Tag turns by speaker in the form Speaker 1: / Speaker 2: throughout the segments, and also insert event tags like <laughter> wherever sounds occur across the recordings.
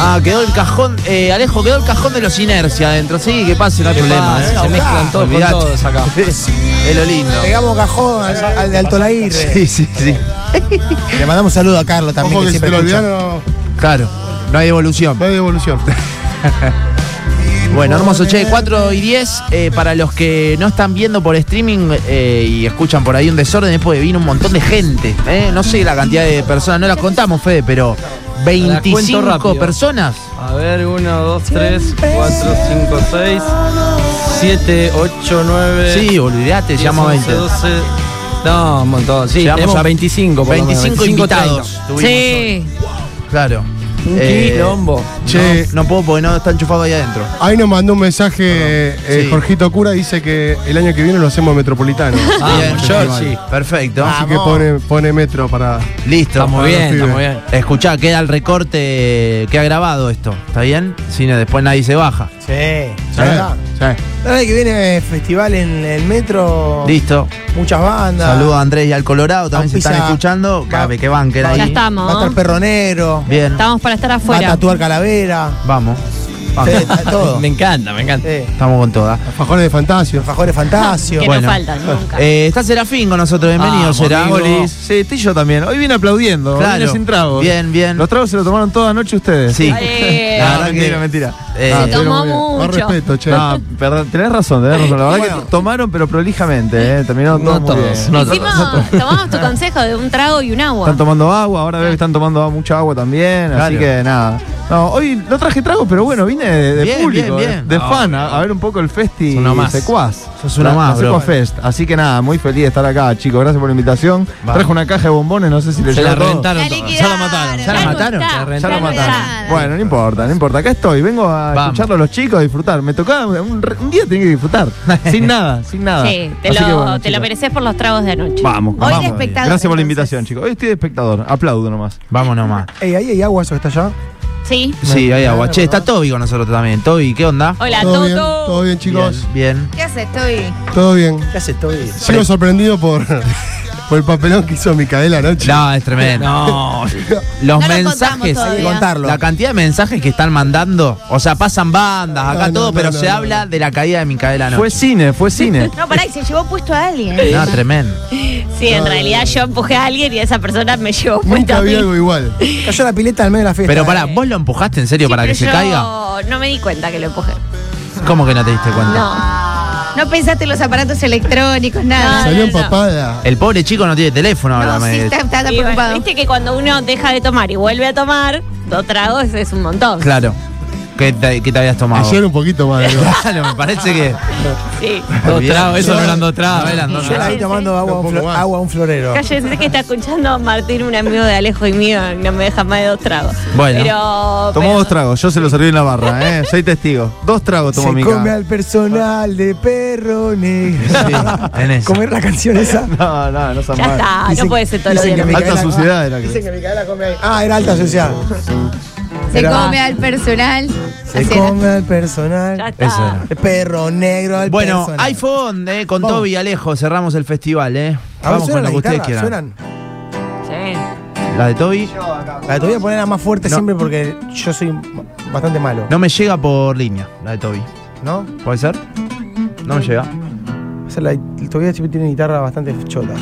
Speaker 1: Ah, quedó el cajón, eh, Alejo, quedó el cajón de los inercia adentro. Sí, que pase, no hay
Speaker 2: ¿Qué
Speaker 1: problema.
Speaker 2: pasa?
Speaker 1: ¿eh?
Speaker 2: Se mezclan todos con
Speaker 1: Olvidate. <laughs>
Speaker 2: todos acá.
Speaker 1: es lo lindo.
Speaker 3: Pegamos cajón al, al de Alto Laguirre.
Speaker 1: Sí, sí, sí.
Speaker 3: Le mandamos un saludo a Carlos también.
Speaker 4: Ojo que,
Speaker 3: que
Speaker 4: si te
Speaker 3: siempre
Speaker 4: lo
Speaker 3: escucha.
Speaker 4: olvidaron,
Speaker 1: Claro, no hay evolución.
Speaker 4: va de evolución.
Speaker 1: Bueno, hermoso, che, 4 y 10. eh, para los que no están viendo por streaming eh, y escuchan por ahí un desorden, es porque vino un montón de gente. eh, No sé la cantidad de personas, no las contamos, Fede, pero
Speaker 2: cuento
Speaker 1: 25
Speaker 2: rápido.
Speaker 1: personas.
Speaker 2: A ver, 1, 2, 3, 4, 5, 6, 7, 8, 9.
Speaker 1: Sí, olvidate, llamo a 20.
Speaker 2: 12. No, un montón. Sí,
Speaker 1: Llegamos
Speaker 2: llegamos
Speaker 1: a
Speaker 2: a 25. por lo menos,
Speaker 1: 25 invitados.
Speaker 2: 30.
Speaker 1: tuvimos hoy.
Speaker 5: Sí.
Speaker 1: Claro.
Speaker 2: Un
Speaker 1: Eh,
Speaker 2: quilombo.
Speaker 4: Che.
Speaker 1: No, no puedo porque no está enchufado ahí adentro.
Speaker 4: Ahí nos mandó un mensaje eh,
Speaker 1: Sí.
Speaker 4: Jorgito Cura, dice que el año que viene lo hacemos
Speaker 6: <laughs>
Speaker 4: metropolitano.
Speaker 2: Ah,
Speaker 1: Bien,
Speaker 2: Georgie.
Speaker 1: Perfecto.
Speaker 4: Así que pone, pone metro para.
Speaker 1: Listo.
Speaker 2: Estamos bien,
Speaker 4: pibes.
Speaker 2: estamos bien.
Speaker 1: Escuchá, queda el recorte que ha grabado esto. ¿Está bien? Si no, después nadie se baja.
Speaker 3: Sí.
Speaker 4: Sí,
Speaker 3: ya
Speaker 4: ¿eh? sí.
Speaker 3: La verdad que viene eh, festival en el metro.
Speaker 1: Listo.
Speaker 3: Muchas bandas.
Speaker 1: Saludos a Andrés y al Colorado. También se
Speaker 3: Auspicia-
Speaker 1: están escuchando.
Speaker 3: Va-
Speaker 1: Cabe, que banquen
Speaker 3: va-
Speaker 1: ahí.
Speaker 5: Ya estamos.
Speaker 3: Va a estar Perronero.
Speaker 1: Bien.
Speaker 5: Estamos para estar
Speaker 3: Va a
Speaker 5: afuera.
Speaker 3: tatuar Calavera.
Speaker 1: Vamos.
Speaker 3: Sí,
Speaker 1: Banquen.
Speaker 3: está
Speaker 1: <laughs>
Speaker 3: todo.
Speaker 2: Me encanta, me encanta.
Speaker 3: Sí.
Speaker 1: Estamos con todas.
Speaker 4: Fajones de Fantasio.
Speaker 3: Fajores
Speaker 1: <laughs>
Speaker 3: Fantasio.
Speaker 5: Que
Speaker 1: Bueno.
Speaker 5: no faltan nunca.
Speaker 1: Eh, está Serafín con nosotros. Bienvenido,
Speaker 2: Vamos,
Speaker 1: Serafín.
Speaker 2: amigo.
Speaker 6: Sí, estoy yo también. Hoy viene aplaudiendo. hoy
Speaker 1: Claro.
Speaker 6: Viene sin tragos.
Speaker 1: Bien, bien.
Speaker 6: Los tragos se lo tomaron toda noche ustedes.
Speaker 1: Sí.
Speaker 5: Vale.
Speaker 1: La
Speaker 6: Ah,
Speaker 1: verdad
Speaker 6: mentira,
Speaker 1: que-
Speaker 6: mentira.
Speaker 1: Eh,
Speaker 4: Ah, estuvieron
Speaker 5: tomó
Speaker 4: muy bien. Más
Speaker 5: mucho.
Speaker 4: respeto, che.
Speaker 6: No, perdón, tenés razón, tenés razón. La verdad
Speaker 3: Bueno.
Speaker 6: que tomaron, pero prolijamente, ¿eh? Terminaron
Speaker 2: No
Speaker 6: todos muy
Speaker 2: todos,
Speaker 6: bien.
Speaker 2: no todos.
Speaker 1: eh,
Speaker 5: Encima tomamos tu consejo de un trago y un agua.
Speaker 6: Están tomando agua, ahora veo que están tomando agua- mucha agua también,
Speaker 1: Claro.
Speaker 6: así que nada. No, hoy no traje tragos, pero bueno, vine de, de
Speaker 1: Bien,
Speaker 6: público,
Speaker 1: bien,
Speaker 6: de-
Speaker 1: bien. Ah,
Speaker 6: de
Speaker 4: Ah,
Speaker 6: fan, a, a ver un poco el festi
Speaker 1: uno más.
Speaker 6: Secuaz.
Speaker 1: Sos uno
Speaker 6: La- la
Speaker 1: más, bro.
Speaker 6: Secuaz Fest. Así que nada, muy feliz de estar acá, chicos. Gracias por la invitación.
Speaker 1: Va.
Speaker 6: Traje una caja de bombones, no sé si le
Speaker 2: Se la
Speaker 6: llegó.
Speaker 2: reventaron
Speaker 5: La
Speaker 2: todos. Ya la
Speaker 5: liquidaron,
Speaker 2: mataron.
Speaker 1: Ya la
Speaker 5: no
Speaker 1: mataron,
Speaker 5: está,
Speaker 1: la
Speaker 2: reventaron.
Speaker 5: ya no
Speaker 2: Ya la
Speaker 5: está.
Speaker 6: Bueno, no importa, no importa. Acá estoy, vengo a
Speaker 1: Vamos.
Speaker 6: escucharlo a los chicos, a disfrutar. Me tocaba, un, re- un día tenía que <laughs> disfrutar. sin nada, sin nada.
Speaker 5: Sí, te
Speaker 6: Así que
Speaker 5: lo,
Speaker 6: bueno,
Speaker 5: te lo
Speaker 6: chicos.
Speaker 5: mereces por los tragos de anoche.
Speaker 6: Vamos,
Speaker 7: Hoy de
Speaker 6: vamos.
Speaker 7: espectador,
Speaker 6: Gracias por la
Speaker 7: entonces.
Speaker 6: invitación, chicos. Hoy estoy de espectador, aplaudo nomás.
Speaker 1: Vamos nomás.
Speaker 3: Ey, ahí hay agua, eso que está allá.
Speaker 5: Sí.
Speaker 1: Sí, hay agua. Che, está Toby con nosotros también. Toby, ¿qué onda?
Speaker 5: Hola,
Speaker 4: ¿Todo bien? ¿Todo
Speaker 5: Toto.
Speaker 4: bien, chicos?
Speaker 1: Bien.
Speaker 7: ¿Qué haces? Estoy.
Speaker 4: Todo bien.
Speaker 3: ¿Qué hace todo bien?
Speaker 4: Sigo sorprendido
Speaker 6: <laughs>
Speaker 4: por, por el papelón que hizo Micael anoche.
Speaker 1: No, es tremendo.
Speaker 2: No,
Speaker 1: Los
Speaker 7: No lo contamos
Speaker 1: mensajes. eh,
Speaker 7: todavía.
Speaker 3: Hay que contarlo.
Speaker 1: La cantidad de mensajes que están mandando, o sea, pasan bandas, acá
Speaker 4: No, no,
Speaker 1: todo,
Speaker 4: no,
Speaker 1: pero
Speaker 4: no,
Speaker 1: se
Speaker 4: no,
Speaker 1: habla de la caída de Micaela Anoche.
Speaker 6: Fue cine, fue cine.
Speaker 7: No, pará, y se llevó puesto a alguien.
Speaker 1: No, tremendo.
Speaker 5: Sí, en realidad yo empujé a alguien y esa persona me llevó puesta
Speaker 4: Nunca
Speaker 5: a mí.
Speaker 4: vi algo igual.
Speaker 3: Cayó la pileta al medio de la fiesta.
Speaker 1: Pero pará, ¿vos lo empujaste en serio
Speaker 5: Sí,
Speaker 1: para que
Speaker 5: pero
Speaker 1: se
Speaker 5: yo
Speaker 1: caiga?
Speaker 5: No me di cuenta que lo empujé.
Speaker 1: ¿Cómo que no te diste cuenta?
Speaker 5: No.
Speaker 7: No pensaste en los aparatos electrónicos,
Speaker 5: No,
Speaker 7: nada.
Speaker 4: Salió
Speaker 5: no.
Speaker 4: empapada.
Speaker 1: El pobre chico no tiene teléfono ahora.
Speaker 7: No,
Speaker 1: me-
Speaker 7: sí, está, está
Speaker 5: Y bueno,
Speaker 7: preocupado.
Speaker 5: Viste que cuando uno deja de tomar y vuelve a tomar, dos tragos es un montón.
Speaker 1: Claro. ¿Qué te, qué te habías tomado?
Speaker 4: Ayer un poquito más. ¿no?
Speaker 1: Claro, me parece <laughs> que.
Speaker 5: Sí.
Speaker 2: dos
Speaker 1: Bien.
Speaker 2: tragos, eso no eran dos
Speaker 1: No
Speaker 2: tragos.
Speaker 1: eran dos
Speaker 3: Yo la vi
Speaker 1: tragos.
Speaker 3: tomando agua, a un
Speaker 4: Tampoco
Speaker 3: flo-
Speaker 4: más.
Speaker 3: agua a un florero.
Speaker 5: Cállense que está escuchando Martín, un amigo de Alejo y mío, no me deja más de dos tragos.
Speaker 1: Bueno.
Speaker 5: Pero,
Speaker 6: Tomó
Speaker 5: pero-
Speaker 6: dos tragos, yo se lo serví en la
Speaker 1: <laughs>
Speaker 6: barra, ¿eh? Soy testigo. Dos tragos tomó
Speaker 3: Se
Speaker 6: mi
Speaker 3: come al personal de perro negro.
Speaker 1: <laughs> Sí, en eso.
Speaker 3: ¿Comer la canción esa?
Speaker 6: No, no, no sean
Speaker 5: Ya
Speaker 6: mal.
Speaker 5: está,
Speaker 3: Dicen-
Speaker 5: no puede ser todo lo
Speaker 3: dicen que
Speaker 5: bien.
Speaker 3: me-
Speaker 6: Alta suciedad era que.
Speaker 3: Dicen que Micaela come ahí. Ah, era alta sociedad.
Speaker 7: Se
Speaker 3: Pero-
Speaker 7: come al personal.
Speaker 3: Se
Speaker 7: Así era.
Speaker 3: come al
Speaker 5: Ya
Speaker 3: personal.
Speaker 5: está.
Speaker 1: Eso era.
Speaker 3: El perro negro al
Speaker 1: Bueno,
Speaker 3: personal.
Speaker 1: iPhone, eh, con
Speaker 3: Vamos.
Speaker 1: Toby y Alejo, cerramos el festival, eh.
Speaker 3: ¿A vos
Speaker 1: Vamos con
Speaker 3: suena
Speaker 1: lo
Speaker 3: la
Speaker 1: que ustedes
Speaker 3: guitarra?
Speaker 1: quieran.
Speaker 3: ¿Suenan?
Speaker 5: Sí.
Speaker 1: La de Toby
Speaker 3: La te voy a poner a más fuerte
Speaker 1: No.
Speaker 3: siempre porque yo soy bastante malo.
Speaker 1: no me llega por línea, la de Toby.
Speaker 3: ¿No?
Speaker 1: ¿Puede ser? No me llega.
Speaker 3: O sea, la, el Tobias siempre tiene guitarra bastante chotas.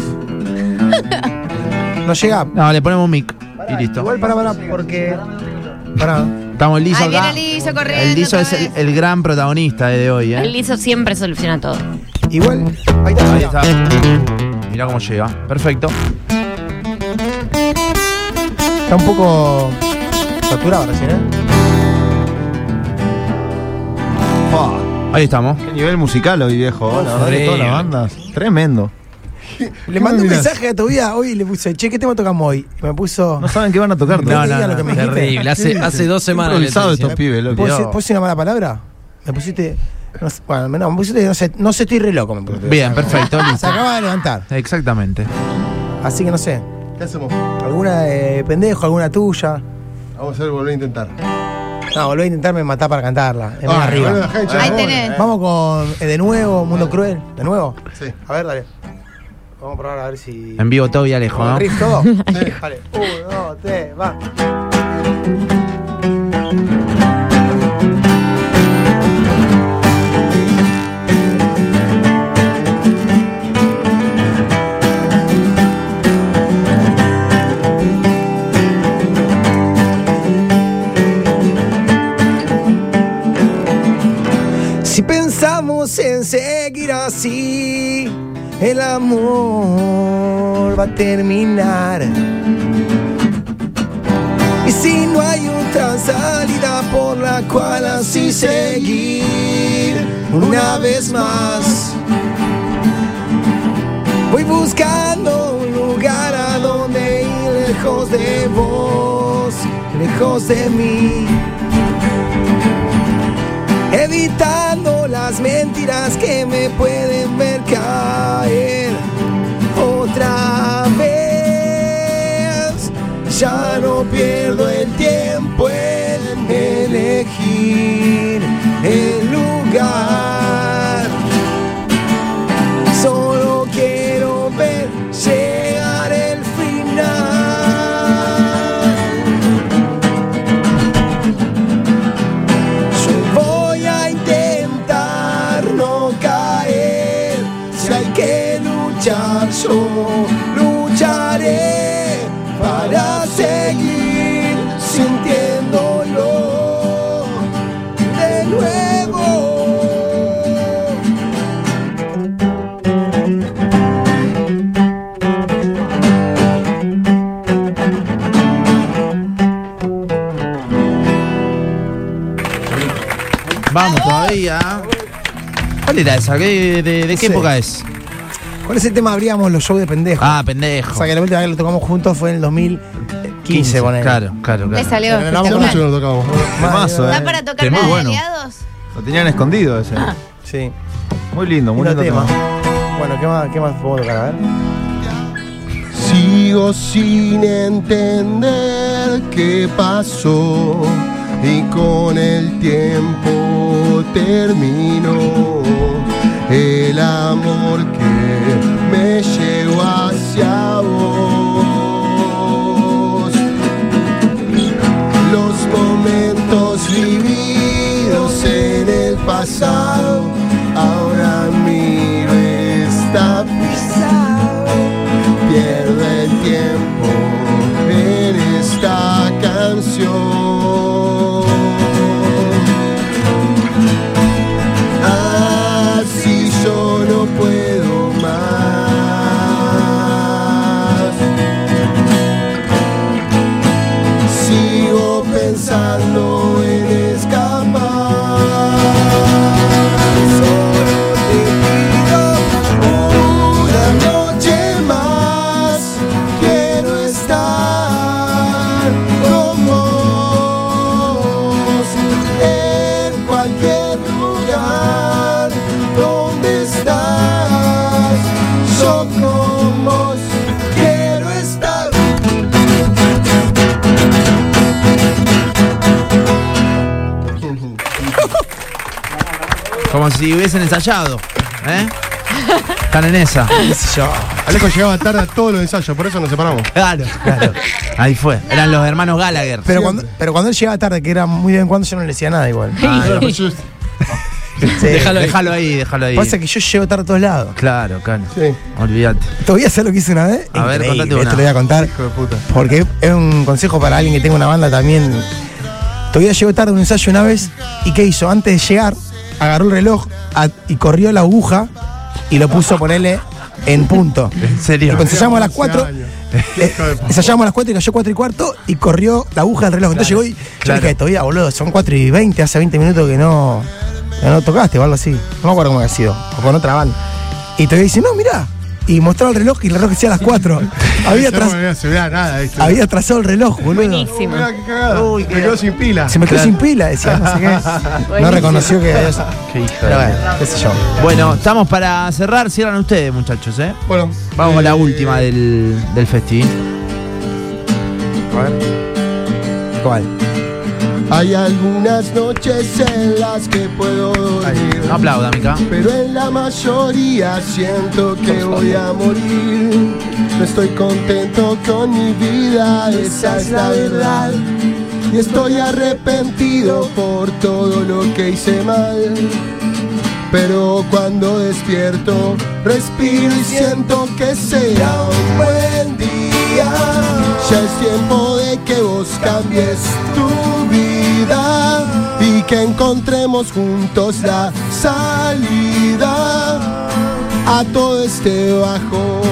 Speaker 3: no llega.
Speaker 1: No, le ponemos un mic y listo.
Speaker 3: Igual para, para, porque. Para.
Speaker 1: Estamos lisos
Speaker 7: Ahí viene
Speaker 1: acá.
Speaker 7: el liso corriendo.
Speaker 1: El liso
Speaker 7: otra
Speaker 1: es el,
Speaker 7: vez.
Speaker 1: el gran protagonista de hoy,
Speaker 5: El
Speaker 1: ¿eh?
Speaker 5: liso siempre soluciona todo.
Speaker 3: Igual. Ahí está.
Speaker 1: Ahí está. Mirá cómo llega. Perfecto.
Speaker 3: Está un poco. saturado recién, ¿eh?
Speaker 6: Fua,
Speaker 1: Ahí estamos.
Speaker 6: Qué nivel musical hoy, viejo. la verdad que todas las bandas. Tremendo.
Speaker 3: Le mandé un
Speaker 4: mirás?
Speaker 3: mensaje a Tobias hoy y le puse, che, ¿qué tema tocamos hoy? Y me puso.
Speaker 6: No saben qué van a tocar.
Speaker 3: No,
Speaker 6: todavía.
Speaker 3: no, diga lo que me dijiste.
Speaker 2: Terrible, hace, hace dos semanas. le
Speaker 6: Improvisado
Speaker 2: estoy
Speaker 6: estos
Speaker 2: diciendo.
Speaker 6: pibes, loco.
Speaker 3: ¿Puedo decir- ¿puedo decir una mala palabra? Me pusiste. no sé- bueno, no, me pusiste. No sé, no sé, estoy re loco. Me pusiste.
Speaker 1: Bien, perfecto.
Speaker 3: Se
Speaker 1: listo.
Speaker 3: acaba de levantar.
Speaker 1: Exactamente.
Speaker 3: Así que no sé.
Speaker 4: ¿Qué hacemos?
Speaker 3: ¿Alguna de pendejo? ¿Alguna tuya?
Speaker 4: Vamos a ver, volver a intentar.
Speaker 3: No, volví a intentarme matar para cantarla. En más
Speaker 4: Ah,
Speaker 3: arriba.
Speaker 4: bueno, dejá de echar
Speaker 7: Ahí
Speaker 4: bola.
Speaker 7: tenés.
Speaker 3: Vamos con eh, de nuevo, Mundo Cruel. De nuevo.
Speaker 4: Sí.
Speaker 3: A ver, dale. Vamos a probar a ver si.
Speaker 1: En vivo Toby y Alejo,
Speaker 3: ¿Con
Speaker 1: ¿no?
Speaker 3: el
Speaker 4: <laughs>
Speaker 3: riff todo? Dale. Uno, dos, tres, va. seguir así, el amor va a terminar. Y si no hay otra salida por la cual así seguir, una vez más, voy buscando un lugar a donde ir lejos de vos, lejos de mí evitando las mentiras que me pueden ver caer otra vez. Ya no pierdo el tiempo en elegir el lugar. Solo quiero ver llegar el final. Yo voy a intentar no caer. Si hay que luchar, yo lucharé para seguir sintiéndolo de nuevo.
Speaker 1: Vamos todavía. ¿Cuál era esa? ¿Qué- ¿De, de qué
Speaker 3: Sí.
Speaker 1: época es?
Speaker 3: Con ese tema abríamos los shows de pendejos.
Speaker 1: Ah, pendejo.
Speaker 3: o sea que la última vez que lo tocamos juntos fue en el 2015, ponele.
Speaker 1: Claro, claro,
Speaker 7: Le
Speaker 1: claro.
Speaker 7: salió.
Speaker 4: Pero no hablamos mucho
Speaker 7: espectacular.
Speaker 4: que lo tocamos.
Speaker 6: Temazo,
Speaker 7: ¿Da
Speaker 6: eh.
Speaker 7: para tocar
Speaker 6: Tema muy
Speaker 7: nada de
Speaker 6: bueno.
Speaker 7: aliados?
Speaker 6: Lo tenían escondido ese.
Speaker 3: Sí.
Speaker 6: Muy lindo, muy
Speaker 3: Lindo
Speaker 6: lindo
Speaker 3: tema.
Speaker 6: tema.
Speaker 3: Bueno, ¿qué más, ¿qué más puedo tocar? A ver.
Speaker 4: Sigo sin entender qué pasó y con el tiempo terminó el amor que me llevó hacia vos. Los momentos vividos en el pasado ahora miro esta pisada pierdo el tiempo en esta canción. Así yo no puedo más. Sigo pensando en escapar. Solo te pido una noche más. Quiero estar con vos en cualquier lugar donde estás. Yo con vos quiero estar.
Speaker 1: Como si hubiesen ensayado. ¿Eh? Están en esa.
Speaker 4: Alejo llegaba tarde a todos los ensayos, por eso nos separamos.
Speaker 1: Claro, claro. Ahí fue. Eran los hermanos Gallagher.
Speaker 3: Pero cuando, pero cuando él llegaba tarde, que era muy de vez en cuando, yo no le decía nada igual.
Speaker 4: Sí.
Speaker 3: Sí.
Speaker 1: Ah, déjalo, déjalo ahí, déjalo ahí.
Speaker 3: Pasa que yo llego tarde a todos lados.
Speaker 1: Claro, claro. Olvídate.
Speaker 3: Te voy a hacer lo que hice una vez.
Speaker 1: A ver,
Speaker 3: Increíble.
Speaker 1: contate una.
Speaker 3: Esto lo voy a contar.
Speaker 4: Hijo de puta.
Speaker 3: Porque es un consejo para alguien que tenga una banda también. Todavía llegó tarde a un ensayo una vez. ¿Y qué hizo? Antes de llegar, agarró el reloj a- y corrió la aguja y lo puso a ponerle en punto.
Speaker 1: En
Speaker 3: Y
Speaker 1: serio.
Speaker 3: cuando ensayamos a las Eh, 4, <laughs>
Speaker 4: años. Hijo de puta.
Speaker 3: ensayamos a las 4 y cayó 4 y cuarto y corrió la aguja del reloj. Entonces llegó y yo
Speaker 1: claro.
Speaker 3: le dije, todavía, boludo, son 4 y 20, hace 20 minutos que no, que no tocaste o algo así. No me acuerdo cómo había sido, o con otra banda. Y todavía dice, no, mirá. Y mostraba el reloj y el reloj decía a las 4. había,
Speaker 4: Yo no
Speaker 3: tras-
Speaker 4: me veía, se vea nada. ¿viste?
Speaker 3: había trazado el reloj, boludo.
Speaker 5: Buenísimo.
Speaker 4: Mirá qué cagada. me quedo sin pila.
Speaker 3: Se me quedó sin pila, decía, no sé qué. No
Speaker 5: Buenísimo.
Speaker 3: reconoció que había...
Speaker 1: Qué hija de-
Speaker 3: Pero bueno, qué sé yo.
Speaker 1: Bueno, estamos para cerrar. Cierran ustedes, muchachos, ¿eh?
Speaker 4: Bueno,
Speaker 1: Vamos con
Speaker 4: eh,
Speaker 1: la última del, del festín.
Speaker 3: ¿Cuál?
Speaker 4: Hay algunas noches en las que puedo dormir,
Speaker 1: No aplauda, Mica.
Speaker 4: pero en la mayoría siento que voy a morir. No estoy contento con mi vida, esa es la verdad. Y estoy arrepentido por todo lo que hice mal. Pero cuando despierto, respiro y siento que sea un buen día. Ya es tiempo de que vos cambies tu vida y y que encontremos juntos la salida a todo este bajo.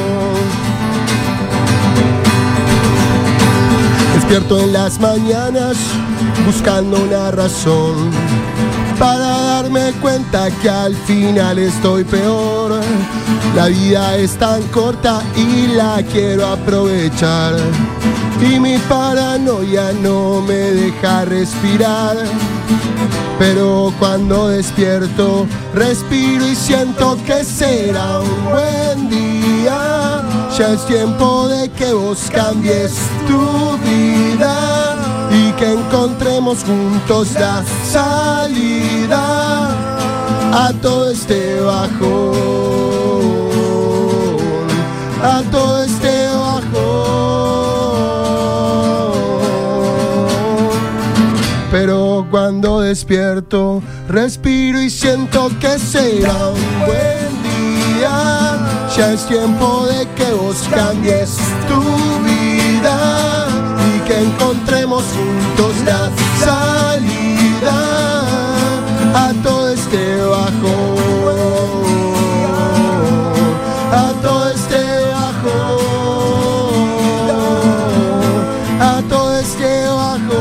Speaker 4: Despierto en las mañanas buscando una razón para darme cuenta que al final estoy peor. La vida es tan corta y la quiero aprovechar. Y mi paranoia no me deja respirar. Pero cuando despierto, respiro y siento que será un buen día. Ya es tiempo de que vos cambies tu vida y que encontremos juntos la salida a todo este bajón, a todo este bajón. Pero cuando despierto, respiro y siento que será un buen día. Ya es tiempo de que vos cambies tu vida y que encontremos juntos la salida a todo este bajo. A todo este bajo. A todo este bajo.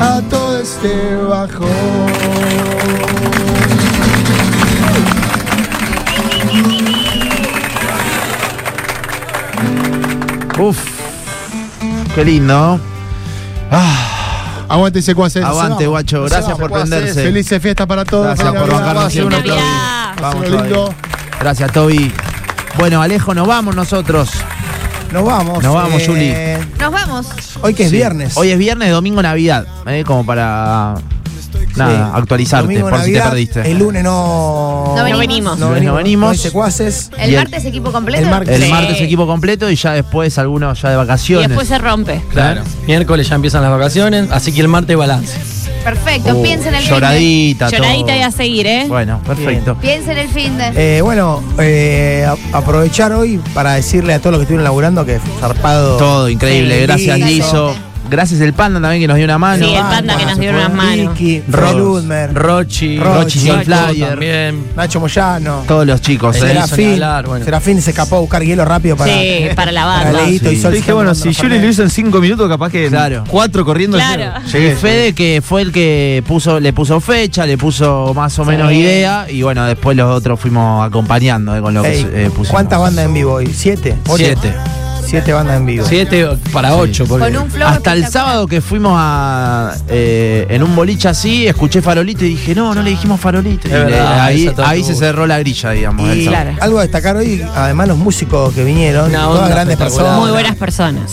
Speaker 4: A todo este bajo.
Speaker 1: Uf, qué lindo.
Speaker 4: Aguante secuaces.
Speaker 1: Aguante, guacho. Gracias por prenderse.
Speaker 4: Felices fiestas para todos.
Speaker 1: Gracias por
Speaker 4: Feliz
Speaker 1: bancarnos
Speaker 4: Navidad.
Speaker 1: siempre.
Speaker 5: Navidad.
Speaker 1: Toby. Vamos,
Speaker 4: Pásenlo
Speaker 1: Toby.
Speaker 4: lindo.
Speaker 1: Gracias, Toby. Bueno, Alejo, nos vamos nosotros.
Speaker 3: Nos vamos. eh,
Speaker 1: Nos vamos,
Speaker 7: Nos vamos.
Speaker 3: Hoy que es
Speaker 1: Sí.
Speaker 3: viernes.
Speaker 1: Hoy es viernes, domingo, Navidad. eh, Como para. Nada,
Speaker 3: Sí.
Speaker 1: actualizarte
Speaker 3: Domingo,
Speaker 1: por si te
Speaker 3: Navidad.
Speaker 1: perdiste.
Speaker 3: El lunes no.
Speaker 7: No
Speaker 5: No
Speaker 7: venimos.
Speaker 5: venimos.
Speaker 1: No venimos.
Speaker 3: No hay secuaces.
Speaker 7: El
Speaker 1: Y el-
Speaker 7: martes equipo completo.
Speaker 3: el martes.
Speaker 1: El
Speaker 5: Sí.
Speaker 1: martes equipo completo y ya después algunos ya de
Speaker 5: Y
Speaker 1: vacaciones.
Speaker 5: después se rompe.
Speaker 1: Claro.
Speaker 2: Miércoles ya empiezan las vacaciones, así que el martes balance.
Speaker 7: Perfecto.
Speaker 1: Oh,
Speaker 7: Piensa en el fin
Speaker 1: lloradita, todo.
Speaker 5: Lloradita y a seguir, ¿eh?
Speaker 1: Bueno, perfecto.
Speaker 7: de. Piensa en el fin de.
Speaker 3: Eh, bueno, eh, a- aprovechar hoy para decirle a todos los que estuvieron laburando que zarpado.
Speaker 1: Todo increíble.
Speaker 3: Sí,
Speaker 1: Gracias,
Speaker 3: liso.
Speaker 1: Liso. Gracias el panda también que nos dio una mano.
Speaker 5: Sí, el panda que nos dio unas manos.
Speaker 3: Vicky, Fred Ludmer,
Speaker 2: Rochi,
Speaker 3: Rochi
Speaker 1: Sunflower.
Speaker 2: también.
Speaker 3: Nacho Moyano,
Speaker 1: Todos los chicos.
Speaker 2: Será
Speaker 1: ¿eh?
Speaker 2: Nelson
Speaker 3: Serafín.
Speaker 2: Alar, bueno.
Speaker 3: Serafín se escapó a buscar hielo rápido para.
Speaker 5: Sí, para la
Speaker 3: para
Speaker 5: barba.
Speaker 3: Leito y
Speaker 1: Sí.
Speaker 3: Sol.
Speaker 6: Yo dije, bueno, si Yuri lo hizo en cinco minutos, capaz que en
Speaker 1: Claro.
Speaker 6: cuatro corriendo.
Speaker 5: Claro.
Speaker 1: Y Fede que fue el que puso, le puso fecha, le puso más o menos idea y bueno, después los otros fuimos acompañando eh, con lo que
Speaker 3: Ey,
Speaker 1: eh, pusimos.
Speaker 3: ¿Cuántas bandas en vivo hoy? ¿Siete? ¿Ocho?
Speaker 1: Siete.
Speaker 3: Siete bandas en vivo.
Speaker 2: Siete para ocho. porque-
Speaker 7: Con un flow.
Speaker 1: Hasta el
Speaker 7: espectacular.
Speaker 1: sábado que fuimos a, eh, en un boliche así, escuché farolito y dije, no, no le dijimos farolito. Y
Speaker 2: Es
Speaker 1: le-
Speaker 2: verdad,
Speaker 1: ahí
Speaker 2: esa todo
Speaker 1: ahí
Speaker 2: tuvo.
Speaker 1: se cerró la grilla, digamos. el
Speaker 3: Y
Speaker 1: sábado.
Speaker 3: algo a destacar hoy, además los músicos que vinieron,
Speaker 2: Una
Speaker 3: todas
Speaker 2: onda
Speaker 3: grandes
Speaker 2: espectacular.
Speaker 3: personas.
Speaker 5: Muy buenas personas.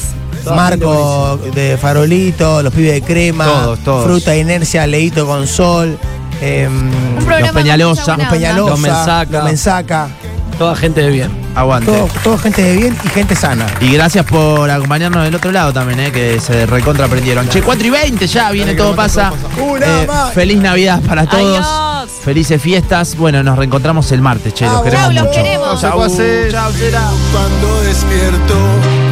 Speaker 3: Marco de Farolito, los pibes de crema,
Speaker 1: Todos, todos.
Speaker 3: Fruta de Inercia, Leito con Sol, em,
Speaker 7: Un programa
Speaker 1: Los Peñalosa.
Speaker 7: con
Speaker 3: los
Speaker 7: mucha buena onda.
Speaker 3: Peñalosa,
Speaker 2: Los Mensaca.
Speaker 3: los Mensaca,
Speaker 2: Toda gente de bien.
Speaker 1: Aguante.
Speaker 3: todo, todo gente de bien y gente sana.
Speaker 1: Y gracias por acompañarnos del otro lado también, eh, que se recontra prendieron. Che, 4 y 20 ya, viene todo pasa.
Speaker 2: Eh,
Speaker 1: Eh,
Speaker 3: Una más.
Speaker 1: feliz Navidad para todos.
Speaker 5: Adiós.
Speaker 1: Felices fiestas. Bueno, nos reencontramos el martes, che. Los
Speaker 3: Chau,
Speaker 1: queremos
Speaker 7: los
Speaker 1: mucho.
Speaker 7: queremos.
Speaker 1: Chau, chau, será.
Speaker 4: Cuando despierto